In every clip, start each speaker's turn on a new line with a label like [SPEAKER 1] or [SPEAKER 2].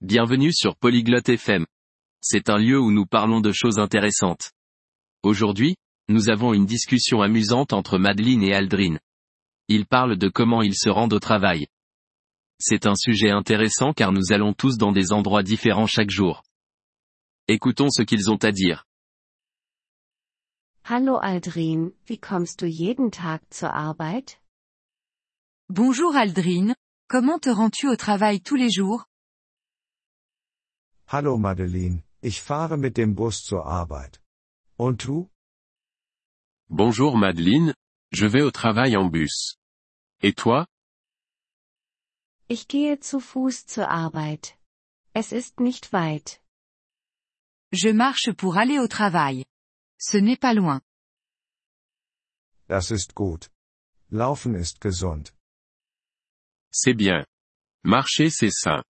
[SPEAKER 1] Bienvenue sur Polyglotte FM. C'est un lieu où nous parlons de choses intéressantes. Aujourd'hui, nous avons une discussion amusante entre Madeleine et Aldrin. Ils parlent de comment ils se rendent au travail. C'est un sujet intéressant car nous allons tous dans des endroits différents chaque jour. Écoutons ce qu'ils ont à dire.
[SPEAKER 2] Hallo Aldrin, wie kommst du jeden Tag zur Arbeit?
[SPEAKER 3] Bonjour Aldrine, comment te rends-tu au travail tous les jours
[SPEAKER 4] Hallo Madeleine, ich fahre mit dem Bus zur Arbeit. Und du?
[SPEAKER 5] Bonjour Madeleine, je vais au travail en bus. Et toi
[SPEAKER 2] Ich gehe zu Fuß zur Arbeit. Es ist nicht weit.
[SPEAKER 3] Je marche pour aller au travail. Ce n'est pas loin.
[SPEAKER 4] Das ist gut. Laufen ist gesund.
[SPEAKER 5] C'est bien. Marcher c'est sain.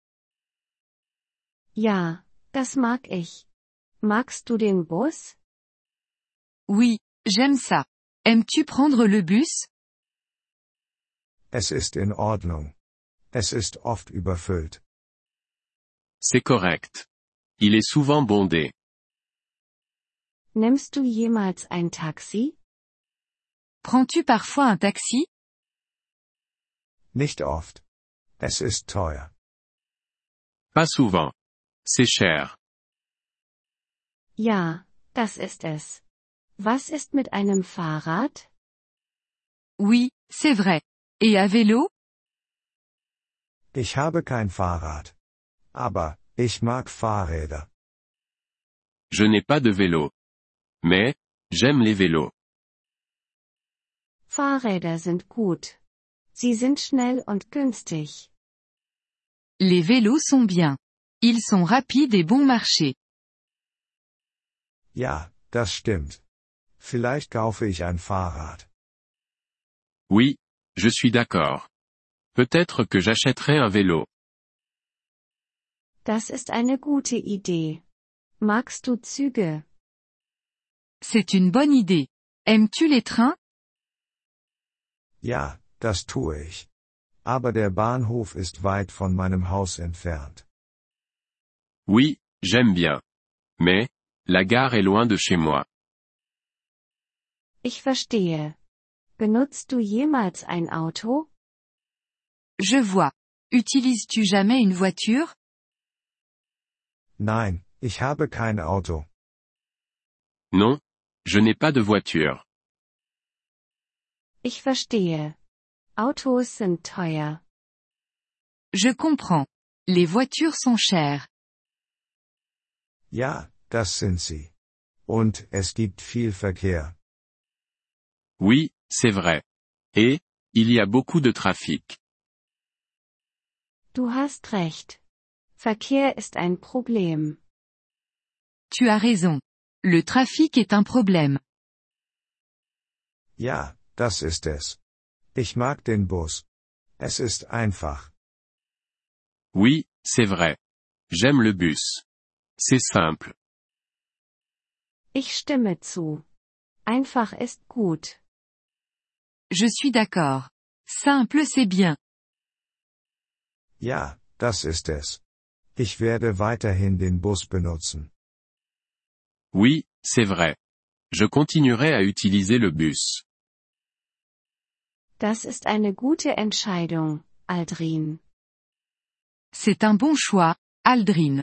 [SPEAKER 2] Ja, das mag ich. Magst du den Bus?
[SPEAKER 3] Oui, j'aime ça. Aimes-tu prendre le bus
[SPEAKER 4] Es ist in Ordnung. Es ist oft überfüllt.
[SPEAKER 5] C'est correct. Il est souvent bondé.
[SPEAKER 2] Nimmst du jemals ein Taxi?
[SPEAKER 3] Prends-tu parfois un taxi
[SPEAKER 4] Nicht oft. Es ist teuer.
[SPEAKER 5] Pas souvent. C'est cher.
[SPEAKER 2] Ja, das ist es. Was ist mit einem Fahrrad?
[SPEAKER 3] Oui, c'est vrai. Et à vélo
[SPEAKER 4] Ich habe kein Fahrrad. Aber, ich mag Fahrräder.
[SPEAKER 5] Je n'ai pas de vélo. Mais, j'aime les vélos.
[SPEAKER 2] Fahrräder sind gut. Sie sind schnell und günstig.
[SPEAKER 3] Les vélos sont bien. Ils sont rapides et bon marché.
[SPEAKER 4] Ja, das stimmt. Vielleicht kaufe ich ein Fahrrad.
[SPEAKER 5] Oui, je suis d'accord. Peut-être que j'achèterai un vélo.
[SPEAKER 2] Das ist eine gute Idee. Magst du Züge?
[SPEAKER 3] C'est une bonne idée. Aimes-tu les trains
[SPEAKER 4] Ja, das tue ich. Aber der Bahnhof ist weit von meinem Haus entfernt.
[SPEAKER 5] Oui, j'aime bien. Mais, la gare est loin de chez moi.
[SPEAKER 2] Ich verstehe. Benutzt du jemals ein Auto?
[SPEAKER 3] Je vois. Utilises-tu jamais une voiture
[SPEAKER 4] Nein, ich habe kein Auto.
[SPEAKER 5] Non, je n'ai pas de voiture.
[SPEAKER 2] Ich verstehe. Autos sind teuer.
[SPEAKER 3] Je comprends. Les voitures sont chères.
[SPEAKER 4] Ja, das sind sie. Und es gibt viel Verkehr.
[SPEAKER 5] Oui, c'est vrai. Et, il y a beaucoup de trafic.
[SPEAKER 2] Du hast recht. Verkehr ist ein Problem.
[SPEAKER 3] Tu as raison. Le trafic est un problème.
[SPEAKER 4] Ja, das ist es. Ich mag den Bus. Es ist einfach.
[SPEAKER 5] Oui, c'est vrai. J'aime le bus. C'est simple.
[SPEAKER 2] Ich stimme zu. Einfach ist gut.
[SPEAKER 3] Je suis d'accord. Simple c'est bien.
[SPEAKER 4] Ja, das ist es. Ich werde weiterhin den Bus benutzen.
[SPEAKER 5] Oui, c'est vrai. Je continuerai à utiliser le bus.
[SPEAKER 2] Das ist eine gute Entscheidung, Aldrin.
[SPEAKER 3] C'est un bon choix, Aldrin.